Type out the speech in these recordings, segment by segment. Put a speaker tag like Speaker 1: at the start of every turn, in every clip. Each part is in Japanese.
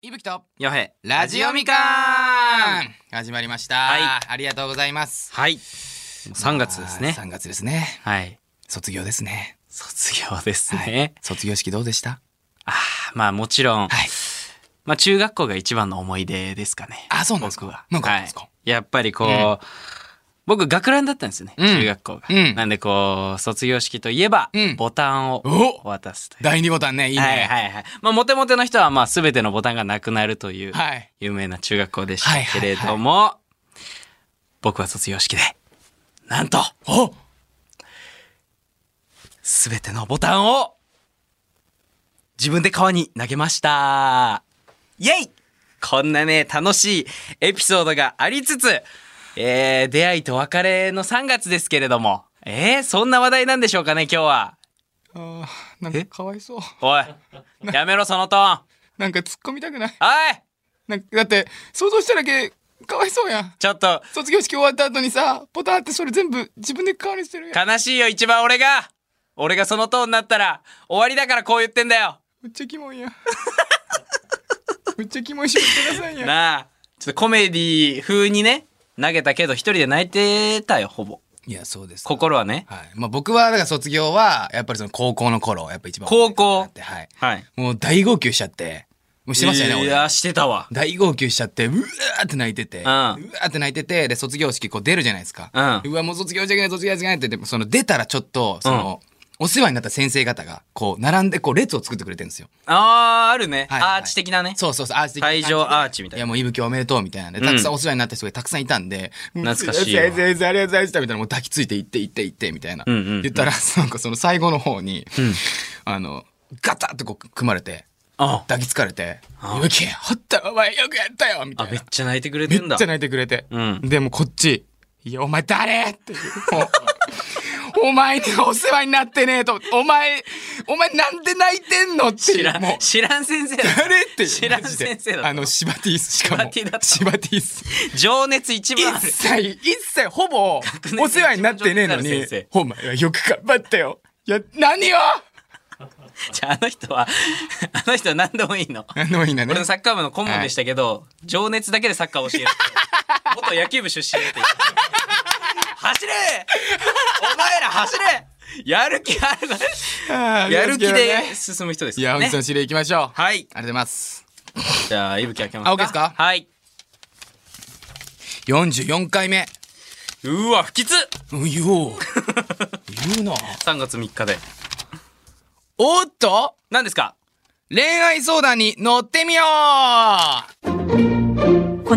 Speaker 1: いぶきと
Speaker 2: よへ
Speaker 1: ラジオみかん始まりました、
Speaker 2: はい
Speaker 1: ありがとうございます
Speaker 2: はい3月ですね
Speaker 1: 3月ですね
Speaker 2: はい
Speaker 1: 卒業ですね
Speaker 2: 卒業です
Speaker 1: は
Speaker 2: ね
Speaker 1: い、卒業式どうでした
Speaker 2: まあもちろ
Speaker 1: は
Speaker 2: ん、
Speaker 1: い
Speaker 2: まあ中学校が一番の思い出ですかね
Speaker 1: あそうなんですか
Speaker 2: 僕は
Speaker 1: なんかあったんですか
Speaker 2: はい、やっぱりこう、
Speaker 1: うん
Speaker 2: 僕学ランだったんですよね、
Speaker 1: うん
Speaker 2: 中学校が、
Speaker 1: うん
Speaker 2: なんでこう卒業式といえば、
Speaker 1: うん
Speaker 2: ボタンを
Speaker 1: お
Speaker 2: 渡すという
Speaker 1: 第二ボタンねいいね
Speaker 2: はいはいはいまあモテモテの人はまあ全てのボタンがなくなるという
Speaker 1: はい、はい、
Speaker 2: 有名な中学校でしたけれども、僕は卒業式でなんと
Speaker 1: お
Speaker 2: すべてのボタンを自分で川に投げました。イェイこんなね、楽しいエピソードがありつつ、えー、出会いと別れの3月ですけれども、えー、そんな話題なんでしょうかね、今日は。
Speaker 1: あーなんかかわいそう
Speaker 2: おい、やめろ、そのトーン。
Speaker 1: なんか突っ込みたくない
Speaker 2: おい
Speaker 1: なんかだって想像しただけかわいそうやん
Speaker 2: ちょっと、
Speaker 1: 卒業式終わった後にさボタンってそれ全部自分で代わりしてるやん
Speaker 2: 悲しいよ、一番俺が。俺がそのトーンになったら、終わりだからこう言ってんだよ。
Speaker 1: めっちゃキモいやんめっちゃキモいしめてくださいやん
Speaker 2: なあ、ちょっとコメディ風にね、投げたけど一人で泣いてたよ、ほぼ。
Speaker 1: いやそうです
Speaker 2: 心はね。
Speaker 1: はい。まあ僕は、だから卒業は、やっぱりその高校の頃、やっぱ一番。
Speaker 2: 高校
Speaker 1: はい。
Speaker 2: はい。
Speaker 1: もう大号泣しちゃって。もうしてましたよね、
Speaker 2: い
Speaker 1: 俺。
Speaker 2: や、してたわ。
Speaker 1: 大号泣しちゃって、うわーって泣いてて、
Speaker 2: ん
Speaker 1: うわーって泣いてて、で、卒業式こう出るじゃないですか。
Speaker 2: うん
Speaker 1: わ、もう卒業じゃいけない、卒業じゃいけないって言って、その出たらちょっと、その、お世話になった先生方が、こう、並んで、こう、列を作ってくれてるんですよ。
Speaker 2: あー、あるね。
Speaker 1: はいはい
Speaker 2: アーチ的なね。
Speaker 1: そうそうそう、アーチ的な感じで
Speaker 2: 会場アーチみたいない
Speaker 1: や、もう、いぶきおめでとうみたいなんで、
Speaker 2: うん
Speaker 1: たくさんお世話になった人がたくさんいたんで、
Speaker 2: 懐かしいわ
Speaker 1: 先生、先生、ありがとうございました、みたいな、もう抱きついて行って、行って、行って、みたいな。
Speaker 2: うんうんうん
Speaker 1: 言ったら、なんかその最後の方に、あの、ガタッとこう、組まれて、
Speaker 2: あ
Speaker 1: 抱きつかれて、いぶき、ほったお前よくやったよみた
Speaker 2: あ、
Speaker 1: い
Speaker 2: めっ
Speaker 1: な。
Speaker 2: ちゃ泣いてくれ
Speaker 1: めっ
Speaker 2: てんだ
Speaker 1: ちゃ。泣いてくれて。
Speaker 2: うん
Speaker 1: で、もうこっち、いや、お前誰っていう。もうお前にお世話になってねえと、お前、お前なんで泣いてんのって
Speaker 2: 知
Speaker 1: いう
Speaker 2: ら。、
Speaker 1: もうん
Speaker 2: 知らん先生だ。
Speaker 1: あれって
Speaker 2: 知らん
Speaker 1: マジで
Speaker 2: 先生だった
Speaker 1: あのシバティースしかも
Speaker 2: シバティだった
Speaker 1: シバティース
Speaker 2: 情熱一
Speaker 1: 一
Speaker 2: 番ある。
Speaker 1: 切一切ほぼ
Speaker 2: 年で
Speaker 1: お世話になってねえの
Speaker 2: 一番上手にな
Speaker 1: に
Speaker 2: る先
Speaker 1: ほんまよく頑張ったよいや何よ
Speaker 2: じゃあ、あの人は、あの人は何でもいいの。
Speaker 1: あのいいなね
Speaker 2: 俺のサッカー部の顧問でしたけど、情熱だけでサッカーを教える 人。元野球部出身って言って。走れお前ら走れやる気あるの
Speaker 1: あー
Speaker 2: やる気
Speaker 1: ね
Speaker 2: で進む人です
Speaker 1: い
Speaker 2: か
Speaker 1: や本
Speaker 2: らね
Speaker 1: 日。の指令いきましょうありが
Speaker 2: はい。
Speaker 1: とうございます
Speaker 2: じゃあ、いぶき開けます
Speaker 1: あ OK ですか
Speaker 2: はい。
Speaker 1: 44回 目
Speaker 2: うわ、不吉
Speaker 1: うん言おう言うな
Speaker 2: !3 月3日で。
Speaker 1: おっと
Speaker 2: 何ですか
Speaker 1: 恋愛相談に乗ってみよう
Speaker 3: こ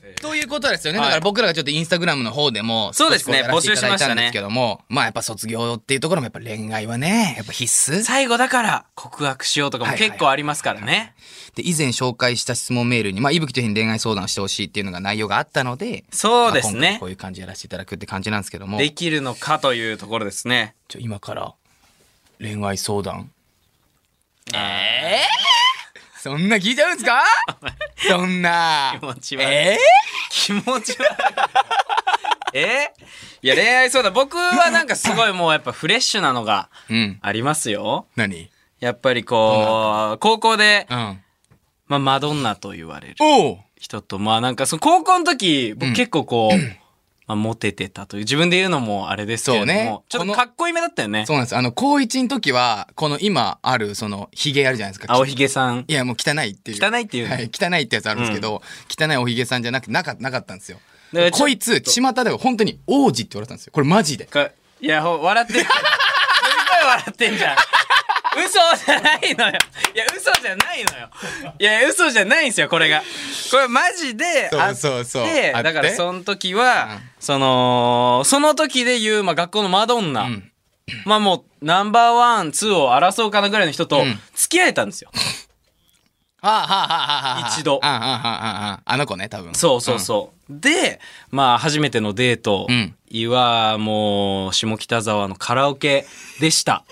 Speaker 2: で。
Speaker 1: ということですよね、
Speaker 2: はい
Speaker 1: だから僕らがちょっとインスタグラムの方でも
Speaker 2: そうですね
Speaker 1: 少こやらせていただいんですけどもまあやっぱ卒業っていうところもやっぱ恋愛はねやっぱ必須
Speaker 2: 最後だから告白しようとかも
Speaker 1: はいはい
Speaker 2: 結構ありますからね。
Speaker 1: で以前紹介した質問メールに、まあ、いぶきという日に恋愛相談をしてほしいっていうのが内容があったので
Speaker 2: そうです
Speaker 1: まあ今回
Speaker 2: ね
Speaker 1: こう。いう感じやらせていただくって感じなんですけども
Speaker 2: できるのかというところですね。
Speaker 1: ちょ今から恋愛相談
Speaker 2: え
Speaker 1: そんな聞いちゃうんです かそんな
Speaker 2: 気持ち悪い
Speaker 1: え
Speaker 2: 気持ち悪い。えいや、恋愛相談。僕はなんかすごいもうやっぱフレッシュなのが
Speaker 1: ー、うん
Speaker 2: ありますよ。
Speaker 1: 何
Speaker 2: やっぱりこう、高校で、
Speaker 1: うん
Speaker 2: まあ、マドンナと言われる。
Speaker 1: おう
Speaker 2: 人とまあなんかその高校の時
Speaker 1: う
Speaker 2: 僕
Speaker 1: ん
Speaker 2: 結構 こう、まあ、モテてたという自分で言うのもあれですけれども、
Speaker 1: そうね
Speaker 2: ちょっ
Speaker 1: ことの
Speaker 2: かっこいいめだったよね
Speaker 1: そうなんですあの高一の時はこの今あるそのヒゲあるじゃないですか
Speaker 2: 青ひげさん
Speaker 1: いやもう汚いっていう
Speaker 2: 汚いっていうの
Speaker 1: はい、汚いってやつあるんですけど、汚いおひげさんじゃなくなかなかったんですよ
Speaker 2: だからちょ
Speaker 1: こいつ巷では本当に王子って言われたんですよこれマジで
Speaker 2: かいやほ 笑ってるすごい笑ってんじゃん嘘じゃないのよいや嘘じゃないのよいや嘘じゃないんですよこれがこれマジで
Speaker 1: そう
Speaker 2: あって
Speaker 1: そうそうあって
Speaker 2: だからその時は、
Speaker 1: うん
Speaker 2: そのその時で言う、まあ、学校のマドンナ、
Speaker 1: ん
Speaker 2: まあもうナンバーワンツーを争うかなぐらいの人と
Speaker 1: うん
Speaker 2: 付き合えたんですよ、
Speaker 1: はあはあはあはあはあ
Speaker 2: 一度
Speaker 1: あああああああの子ね多分
Speaker 2: そうそうそう、で、まあ、初めてのデート、
Speaker 1: うん
Speaker 2: いわもう、下北沢のカラオケでした。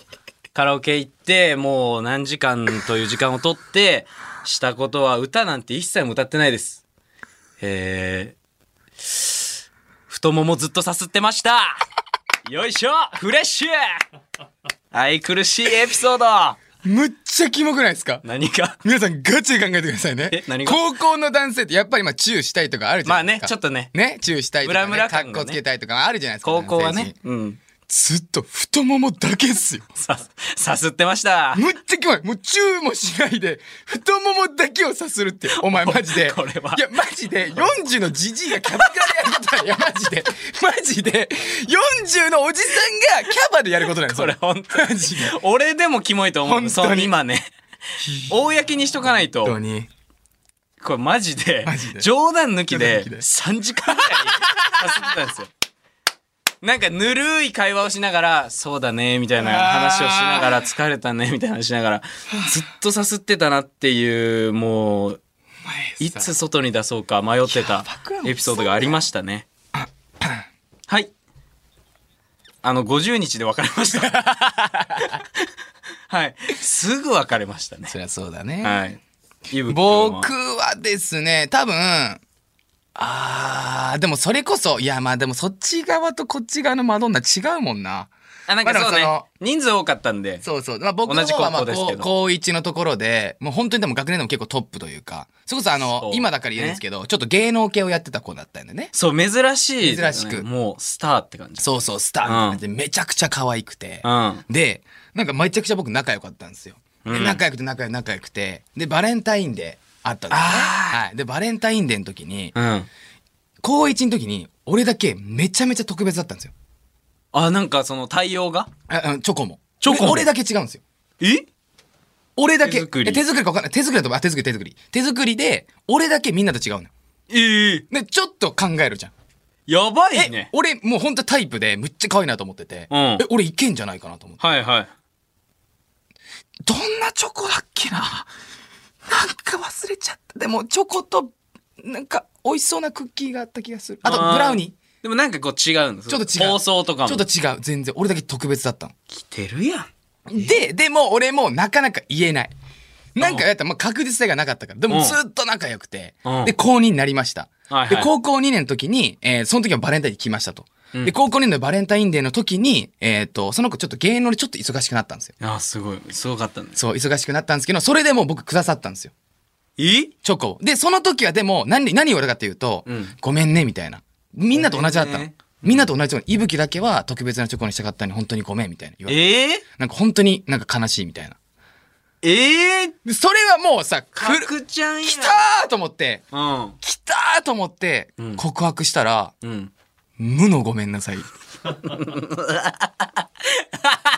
Speaker 2: カラオケ行って、もう何時間という時間をとって、したことは歌なんて一切も歌ってないです。えー太ももずっとさすってました。よいしょフレッシュ愛くるしいエピソード
Speaker 1: むっちゃキモくないですか
Speaker 2: 何か
Speaker 1: 皆さんガチで考えてくださいね
Speaker 2: え何が
Speaker 1: 高校の男性ってやっぱりまあチューしたいとかあるじゃな
Speaker 2: まあ
Speaker 1: いで
Speaker 2: ね
Speaker 1: す、か
Speaker 2: ちょっとね、
Speaker 1: ねチューしたいとか、ね、
Speaker 2: ムラムラ感がね
Speaker 1: かっこつけたいとかあるじゃないですか
Speaker 2: 高校は
Speaker 1: 男性
Speaker 2: ね
Speaker 1: 陣、
Speaker 2: うん、
Speaker 1: ずっと太ももだけっすよ
Speaker 2: さ、さすってました。
Speaker 1: むっちゃキモいもうチューもしないで太ももだけをさするってお前マジで
Speaker 2: これはい
Speaker 1: やマジで40のじじいがキャバクラでやることなんやマジでマジで40のおじさんがキャバでやることなんです
Speaker 2: これ本当に
Speaker 1: マジで
Speaker 2: 俺でもキモいと思う
Speaker 1: 本当に
Speaker 2: その 今ね公にしとかない
Speaker 1: 本当
Speaker 2: と
Speaker 1: に
Speaker 2: これマジで
Speaker 1: マジで
Speaker 2: 冗談抜きで
Speaker 1: 冗談抜きで
Speaker 2: 3時間ぐらいさせてたんですよなんかぬるい会話をしながら「そうだね」みたいな話をしながら「疲れたね」みたいな話しながらずっとさすってたなっていうもういつ外に出そうか迷ってたエピソードがありまし たねはいあの50日で別れました はいすぐ別れましたね
Speaker 1: そりゃそうだね、
Speaker 2: はい伊吹君は
Speaker 1: 僕はですね多分あーでもそれこそいやまあでもそっち側とこっち側のマドンナ違うもんな
Speaker 2: あなんかそうね、
Speaker 1: まあ
Speaker 2: 人数多かったんで
Speaker 1: そうそう、まあ、僕
Speaker 2: 同
Speaker 1: の
Speaker 2: じ
Speaker 1: 方はまあ
Speaker 2: 高校です
Speaker 1: 高
Speaker 2: けど
Speaker 1: 高一のところでもう本当にでも学年でも結構トップというかそれこそあ
Speaker 2: そ
Speaker 1: の
Speaker 2: う
Speaker 1: 今だから言えるんですけど、ちょっと芸能系をやってた子だったんでね
Speaker 2: そう珍しい、
Speaker 1: 珍しく
Speaker 2: もうスターって感じ
Speaker 1: そうそうスターみたいな感じでめちゃくちゃ可愛くて、
Speaker 2: うん
Speaker 1: でなんかめちゃくちゃ僕仲良かったんですよ、で
Speaker 2: うん
Speaker 1: 仲良くて仲良くて仲良くてでバレンタインデーあったんですね、はい、でバレンタインデーの時に
Speaker 2: うん
Speaker 1: 高一の時に俺だけめちゃめちゃ特別だったんですよ
Speaker 2: あなんかその対応が
Speaker 1: ああのチョコも
Speaker 2: チョコも
Speaker 1: 俺俺だけ違うんですよ
Speaker 2: え
Speaker 1: 俺だけ
Speaker 2: 手作り
Speaker 1: え手作りか分かんない手作りだと思うあ手作り手作り手作りで俺だけみんなと違うのよ
Speaker 2: ええ
Speaker 1: でちょっと考えるじゃん
Speaker 2: やばい
Speaker 1: え
Speaker 2: ね
Speaker 1: 俺もうほんとタイプでむっちゃ可愛いなと思ってて、
Speaker 2: うん
Speaker 1: え俺いけんじゃないかなと思って
Speaker 2: はいはい
Speaker 1: どんなチョコだっけななんか忘れちゃったでもチョコとなんか美味しそうなクッキーがあった気がするあと
Speaker 2: ー
Speaker 1: ブラウニー
Speaker 2: でもなんかこう違うんです
Speaker 1: ちょっと違う
Speaker 2: 放送とかも
Speaker 1: ちょっと違う全然俺だけ特別だったの
Speaker 2: 来てるやん
Speaker 1: で、でも俺もなかなか言えない。なんかやったらまあ確実性がなかったから。で
Speaker 2: うん
Speaker 1: もずっと仲良くて
Speaker 2: うん。
Speaker 1: で、高2になりました
Speaker 2: はいは。い
Speaker 1: で、高校2年の時に、えーその時はバレンタイン来ましたと。
Speaker 2: ん
Speaker 1: で、高校2年のバレンタインデーの時に、えっ、と、その子ちょっと芸能でちょっと忙しくなったんですよ。
Speaker 2: あすごいすごかったんです
Speaker 1: そう、忙しくなったんですけど、それでもう僕くださったんですよ。
Speaker 2: え
Speaker 1: チョコを。で、その時はでも何、何言われたかっていうと、
Speaker 2: うん
Speaker 1: ごめんね、みたいな。みんなと同じだった
Speaker 2: ごめん
Speaker 1: の
Speaker 2: ね。
Speaker 1: みんなと同じように、いぶきだけは特別なチョコにしたかったのに本当にごめん、みたいな言われて。
Speaker 2: ええ
Speaker 1: なんか本当になんか悲しいみたいな。
Speaker 2: ええ
Speaker 1: でそれはもうさ、
Speaker 2: か
Speaker 1: 来る
Speaker 2: くちゃんやん
Speaker 1: 来たーと思って、
Speaker 2: うん
Speaker 1: 来たーと思って
Speaker 2: うん、
Speaker 1: 告白したら、
Speaker 2: うん
Speaker 1: 無のごめんなさい。いや、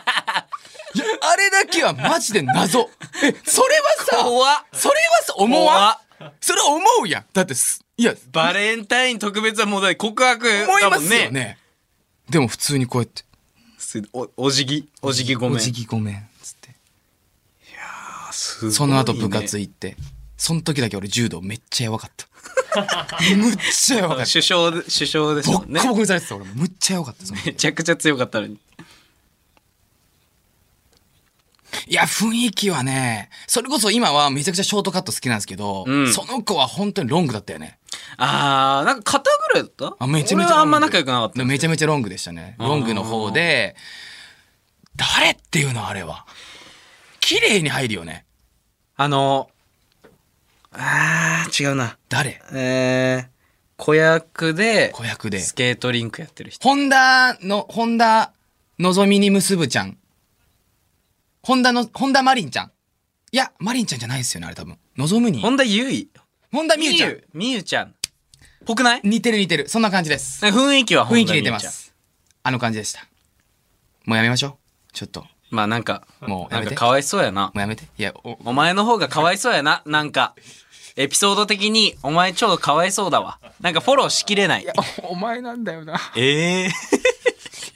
Speaker 1: あれだけはマジで謎。え、それは
Speaker 2: 怖っ
Speaker 1: さ、それはさ、思わんそれ思うやん。だってす、いや、
Speaker 2: バレンタイン特別はもうだって告白
Speaker 1: 思い
Speaker 2: だ
Speaker 1: ま
Speaker 2: も
Speaker 1: す
Speaker 2: ん
Speaker 1: よ
Speaker 2: ね
Speaker 1: ね。でも普通にこうやって、
Speaker 2: すおお辞儀お辞儀ごめん
Speaker 1: お辞儀ごめん、つって。
Speaker 2: すごいね
Speaker 1: その後部活行って、その時だけ俺柔道めっちゃやばかっ た。むっちゃやばかった。
Speaker 2: 首相で首相でし
Speaker 1: ボ
Speaker 2: たもん
Speaker 1: ッ
Speaker 2: ね
Speaker 1: コボコにされてた俺むっちゃよかったその
Speaker 2: めちゃくちゃ強かったのに
Speaker 1: いや雰囲気はねそれこそ今はめちゃくちゃショートカット好きなんですけど、
Speaker 2: うん
Speaker 1: その子は本当にロングだったよね
Speaker 2: あーなんか肩ぐらいだった
Speaker 1: あめちゃめちゃ
Speaker 2: 俺はあんま
Speaker 1: ロング
Speaker 2: 仲良くなかった
Speaker 1: めちゃめちゃロングでしたねロングの方で誰っていうのあれは綺麗に入るよね
Speaker 2: あのあー違うな
Speaker 1: 誰
Speaker 2: えー、子役で
Speaker 1: 子役で
Speaker 2: スケートリンクやってる人
Speaker 1: 本田の本田のぞみに結ぶちゃん本田の本田マリンちゃんいやマリンちゃんじゃないですよねあれ多分のぞむに
Speaker 2: 本田優衣
Speaker 1: 本田美優ちゃん
Speaker 2: みゆちゃんぽくない
Speaker 1: 似てる似てるそんな感じです
Speaker 2: なんか雰囲気は
Speaker 1: 雰
Speaker 2: 本
Speaker 1: 囲気
Speaker 2: 田
Speaker 1: 出
Speaker 2: 美
Speaker 1: て
Speaker 2: 優
Speaker 1: ま
Speaker 2: ちゃん
Speaker 1: すあの感じでしたもうやめましょうちょっとも
Speaker 2: まあなんか
Speaker 1: もう
Speaker 2: な
Speaker 1: やめ
Speaker 2: んか
Speaker 1: て
Speaker 2: かわいそうやな
Speaker 1: うやめていやお
Speaker 2: お前の方がかわいそうやななんかエピソード的にお前ちょうどかわいそうだわなんかフォローしきれない
Speaker 1: お前なんだよな
Speaker 2: ええ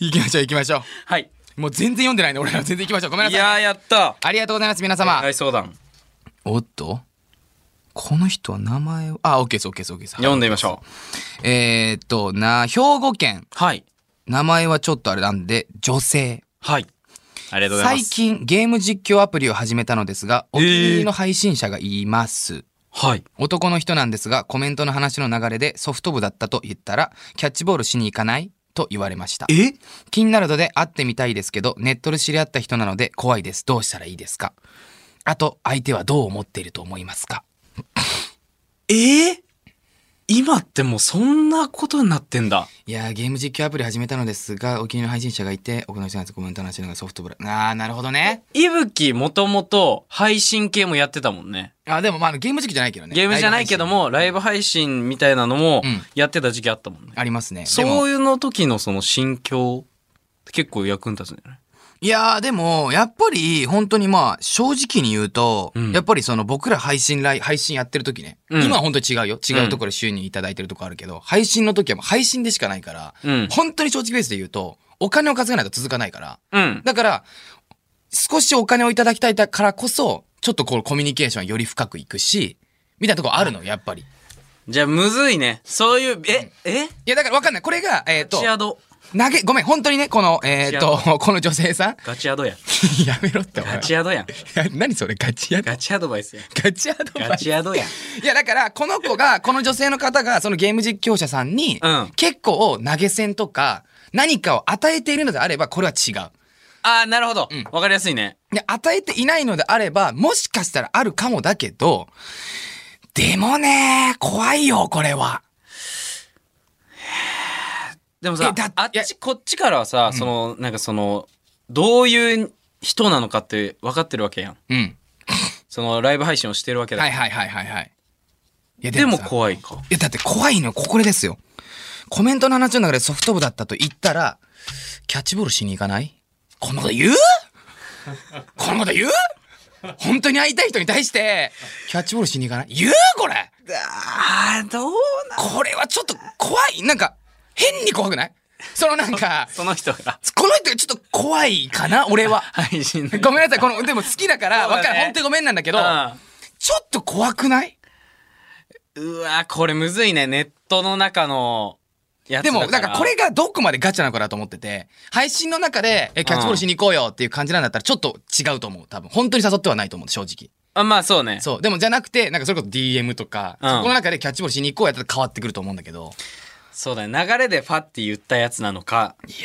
Speaker 2: ー、
Speaker 1: 行きましょう行きましょ
Speaker 2: はい。
Speaker 1: うもう全然読んでないね俺ら全然行きましょうごめんないさい
Speaker 2: やーやった。
Speaker 1: ありがとうございます皆様
Speaker 2: 恋愛相談。
Speaker 1: おっとこの人は名前を、あ、オッケーです、オッケーです、オッケーです。
Speaker 2: 読んでみましょう。
Speaker 1: う。えー、っと、な、兵庫県。
Speaker 2: はい。
Speaker 1: 名前はちょっとあれなんで、女性。
Speaker 2: はい。ありがとうございま
Speaker 1: 最
Speaker 2: す。
Speaker 1: 近ゲーム実況アプリを始めたのですが、お気に入りの配信者がいます。
Speaker 2: はい。
Speaker 1: 男の人なんですが、コメントの話の流れでソフト部だったと言ったら、キャッチボールしに行かないと言われました。
Speaker 2: え
Speaker 1: 気になるので会ってみたいですけど、ネットで知り合った人なので怖いです。どうしたらいいですかあと、相手はどう思っていると思いますか
Speaker 2: え今ってもうそんなことになってんだ。
Speaker 1: いやー、ゲーム実況アプリ始めたのですが、お気に入りの配信者がいて、奥の人なんですコメントの話の流れでソフト部だ。あー、なるほどね。
Speaker 2: いぶきもともと配信系もやってたもんね。
Speaker 1: あ、でもまあ、あのゲーム実況じゃないけどね。
Speaker 2: ゲームじゃないけども、ライブ配信みたいなのも
Speaker 1: うん
Speaker 2: やってた時期あったもんね。
Speaker 1: ありますね。でも
Speaker 2: そういうの時のその心境、結構役に立つんじゃない
Speaker 1: いやーでも、やっぱり、本当にまあ、正直に言うと、
Speaker 2: うん
Speaker 1: やっぱりその僕ら配信ライ、配信やってる時ね、
Speaker 2: うん
Speaker 1: 今は本当に違うよ。違うところで収入いただいてるとこあるけど、配信の時はもう配信でしかないから、
Speaker 2: うん
Speaker 1: 本当に正直ベースで言うと、お金を稼がないと続かないから、
Speaker 2: うん。
Speaker 1: だから、少しお金をいただきたいからこそ、ちょっとこうコミュニケーションはより深くいくし、みたいなところあるの、やっぱり。い
Speaker 2: じゃあむずいね。そういう、え、え
Speaker 1: や、だからわかんない。これが、えっ、と
Speaker 2: チ、アド。
Speaker 1: 投げ、ごめん、本当にね、この、えっ、と、この女性 さん、
Speaker 2: ガチア ドやん。
Speaker 1: やめろってお前
Speaker 2: ガチアドやん。
Speaker 1: いや何それガチや
Speaker 2: ガチアドバイスやん。
Speaker 1: ガチアドバ
Speaker 2: ガ
Speaker 1: イス
Speaker 2: チアドやん。
Speaker 1: いやだからこの子 がこの女性の方がそのゲーム実況者さんに
Speaker 2: うん
Speaker 1: 結構投げ銭とか何かを与えているのであればこれは違う。
Speaker 2: ああ、なるほど。わ、
Speaker 1: ん
Speaker 2: かりやすいね。
Speaker 1: で与えていないのであればもしかしたらあるかもだけどでもね怖いよこれは。
Speaker 2: でもさ
Speaker 1: えだ、
Speaker 2: あっ
Speaker 1: いや
Speaker 2: ち、こっちからはさ、その、なんかその、どういう人なのかって分かってるわけやん。
Speaker 1: うん。
Speaker 2: その、ライブ配信をしてるわけだ。
Speaker 1: はいはいはいはいはい。いや
Speaker 2: でも
Speaker 1: さ
Speaker 2: 怖いか。
Speaker 1: いや、だって怖いのここれですよ。コメントの話の中でソフト部だったと言ったら、キャッチボールしに行かないこんなこと言うこんなこと言う本当に会いたい人に対して、キャッチボールしに行かない言うこれ
Speaker 2: ああ、どうな
Speaker 1: これはちょっと怖いなんか、変に怖くないそのなんか、
Speaker 2: その人が
Speaker 1: この人がちょっと怖いかな俺 は。
Speaker 2: 配信
Speaker 1: ごめんなさい、この、でも好きだから、
Speaker 2: そうだ
Speaker 1: わ
Speaker 2: ね
Speaker 1: かる、本当にごめんなんだけど、
Speaker 2: あ
Speaker 1: ちょっと怖くない
Speaker 2: うんうわ、これむずいね。ネットの中のやつ
Speaker 1: で
Speaker 2: だ
Speaker 1: も、
Speaker 2: か
Speaker 1: な
Speaker 2: ら。
Speaker 1: んかこれがどこまでガチャなのかなと思ってて、配信の中で、え、キャッチボールしに行こうよっていう感じなんだったら、ちょっと違うと思う。多分。本当に誘ってはないと思う、正直。
Speaker 2: あ、まあそうね。
Speaker 1: そう。でも、じゃなくて、なんかそれこそ DM とか、
Speaker 2: うん
Speaker 1: そこの中でキャッチボールしに行こうやったら変わってくると思うんだけど。
Speaker 2: そうだね。流れでパッて言ったやつなのか。
Speaker 1: いや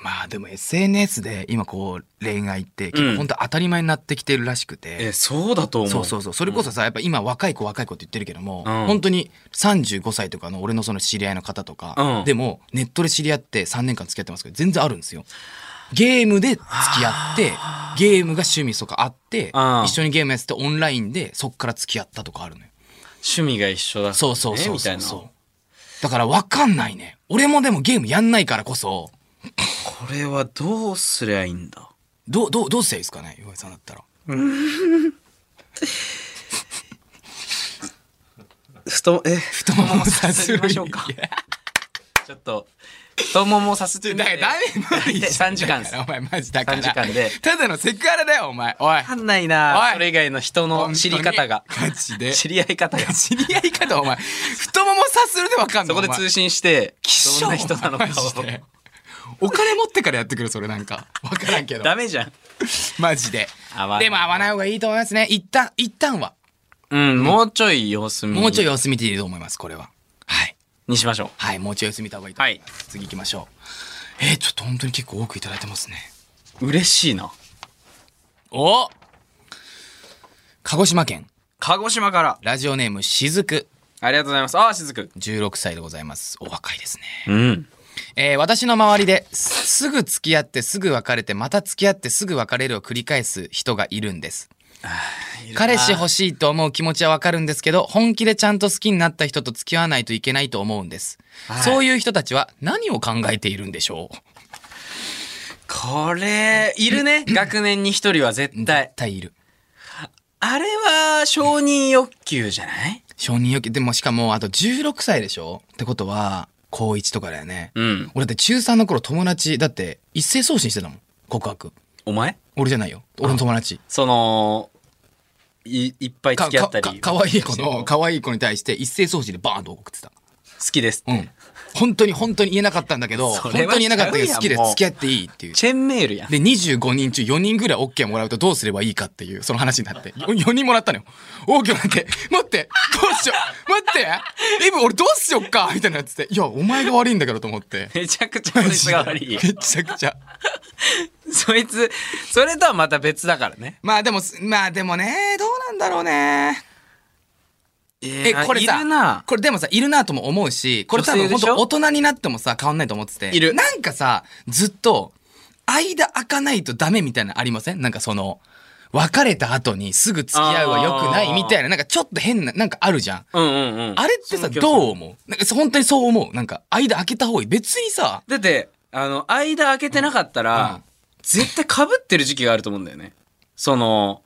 Speaker 1: ー、まあでも SNS で今こう、恋愛って結構本当当たり前になってきてるらしく
Speaker 2: え、
Speaker 1: て。
Speaker 2: そうだと思う。
Speaker 1: そうそうそう。それこそさ、やっぱ今若い子若い子って言ってるけども、
Speaker 2: うん
Speaker 1: 本当に35歳とかの俺のその知り合いの方とか、
Speaker 2: うん
Speaker 1: でもネットで知り合って3年間付き合ってますけど、全然あるんですよ。ゲームで付き合って、ゲームが趣味とかあって
Speaker 2: うん、
Speaker 1: 一緒にゲームやっててオンラインでそっから付き合ったとかあるのよ。
Speaker 2: 趣味が一緒だ、ね。
Speaker 1: そうそうそう
Speaker 2: み
Speaker 1: そ
Speaker 2: たいうな。
Speaker 1: そう
Speaker 2: こ。
Speaker 1: だからわかんないね。俺もでもゲームやんないからこそ、
Speaker 2: れはどうすりゃいいんだ。
Speaker 1: どう、どう、どうしたらいいですかね、岩井さんだったら。
Speaker 2: ふと、え、
Speaker 1: 太もも さ
Speaker 2: すりましょうか。ちょっと、太ももさ すって
Speaker 1: だからダメ無 理してんだから
Speaker 2: 3時間 です
Speaker 1: お前マジだから。
Speaker 2: 3時間で
Speaker 1: ただのセクハラだよ、お前。おい
Speaker 2: わ。かんないな
Speaker 1: おい
Speaker 2: それ以外の人の知り方が。
Speaker 1: ガチで。
Speaker 2: 知り合い方が。
Speaker 1: 知り合い方、お 前。太ももさするでわかんな
Speaker 2: そ
Speaker 1: い。
Speaker 2: こで
Speaker 1: お前
Speaker 2: 通信して、
Speaker 1: きっし
Speaker 2: ど
Speaker 1: ょ
Speaker 2: んな人なのかを。
Speaker 1: マジでお金持ってからやってくる、それなんか。わからんけど。
Speaker 2: ダメじゃん。
Speaker 1: マジで。
Speaker 2: 合わない
Speaker 1: でも合わない方がいいと思いますね。一旦、一旦は。
Speaker 2: うん、もうちょい様子見
Speaker 1: もうちょい様子見ていいと思います、これは。はい。
Speaker 2: にしましょ
Speaker 1: はい、もうちょい様子見た方がいいと思います。次行きましょう。えー、ちょっと本当に結構多くいただいてますね。
Speaker 2: う。嬉しいな。
Speaker 1: お鹿児島県
Speaker 2: 鹿児島から。
Speaker 1: ラジオネームしずく
Speaker 2: ありがとうございます。ああ、しずく。
Speaker 1: 16歳でございますお若いですね、
Speaker 2: うん。
Speaker 1: えー私の周りですすぐ付き合ってすぐ別れてまた付き合ってすぐ別れるを繰り返す人がいるんです彼氏欲しいと思う気持ちはわかるんですけど本気でちゃんと好きになった人と付き合わないといけないと思うんです、
Speaker 2: はい
Speaker 1: そういう人たちは何を考えているんでしょう
Speaker 2: これ、いるね。学年に一人は絶対
Speaker 1: 絶。対いる
Speaker 2: あれは、承認欲求じゃない
Speaker 1: 承認欲求でもしかもあと16歳でしょってことは高1とかだよね、
Speaker 2: うん。
Speaker 1: 俺だって中3の頃友達だって一斉送信してたもん告白
Speaker 2: お前
Speaker 1: 俺じゃないよ俺の友達
Speaker 2: その、いいっぱい
Speaker 1: か
Speaker 2: 付き合った
Speaker 1: かか
Speaker 2: り。
Speaker 1: かわいい子の、かわいい子に対して一斉掃除でバーンと送ってた。
Speaker 2: 好きです。
Speaker 1: うん。本当に本当に言えなかったんだけど、
Speaker 2: そ
Speaker 1: 本
Speaker 2: れは
Speaker 1: 当に言えなかったけ
Speaker 2: 違う
Speaker 1: ど
Speaker 2: やん
Speaker 1: 好きで
Speaker 2: もう
Speaker 1: 付き合っていいっていう。
Speaker 2: チェーンメールやん。
Speaker 1: で、25人中4人ぐらい OK もらうとどうすればいいかっていう、その話になって。4, 人もらったのよ。OK もらって、待って、どうしよう、待って、エブ俺どうしよっか、みたいなやつって。いや、お前が悪いんだからと思 って。
Speaker 2: めちゃくちゃこいつが悪いよ。
Speaker 1: めちゃくちゃ。
Speaker 2: そいつ、それとはまた別だからね。
Speaker 1: まあでも、まあでもね、どうなんだろうね。
Speaker 2: え
Speaker 1: え、これ
Speaker 2: い
Speaker 1: さ
Speaker 2: るな、。
Speaker 1: これでもさ、いるなとも思うし、これ多分
Speaker 2: 女性
Speaker 1: 本
Speaker 2: でしょ
Speaker 1: 当大人になってもさ、変わんないと思ってて。
Speaker 2: いる
Speaker 1: なんかさ、ずっと、間開かないとダメみたいなのありませんなんかその、別れた後にすぐ付き合うは良くないみたいな、なんかちょっと変な、なんかあるじゃん。
Speaker 2: うんうんうん。
Speaker 1: あれって
Speaker 2: その
Speaker 1: さ、
Speaker 2: 気がする
Speaker 1: どう思うなんか本当にそう思う。なんか、間開けた方がいい。別にさ、
Speaker 2: だって、あの、間開けてなかったら、
Speaker 1: うんうん
Speaker 2: 絶対被ってる時期があると思うんだよね。その、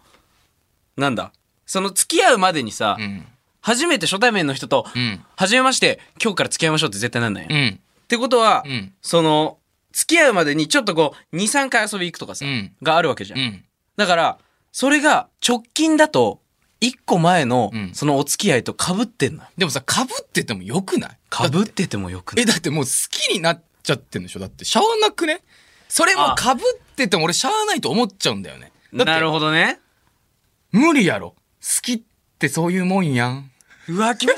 Speaker 2: なんだ。その付き合うまでにさ、
Speaker 1: うん。
Speaker 2: 初めて初対面の人と、
Speaker 1: うん。
Speaker 2: 初めまして、今日から付き合いましょうって絶対なんない、、
Speaker 1: うん
Speaker 2: っ
Speaker 1: ん。
Speaker 2: てことは、
Speaker 1: うん
Speaker 2: その、付き合うまでにちょっとこう、2、3回遊び行くとかさ、
Speaker 1: うん
Speaker 2: があるわけじゃん。
Speaker 1: うん。
Speaker 2: だから、それが直近だと、1個前の
Speaker 1: う、ん
Speaker 2: そのお付き合いと被ってんのよ。
Speaker 1: でもさ、被ってても良くない
Speaker 2: 被っててもよくない
Speaker 1: え、だってもう好きになっちゃってんでしょだって、しゃあなくねそれもかぶってても俺しゃあないと思っちゃうんだよね。だ
Speaker 2: な
Speaker 1: っ
Speaker 2: る
Speaker 1: て、
Speaker 2: ほどね。
Speaker 1: 無理やろ。好きってそういうもんや ん。
Speaker 2: うわ、気持ち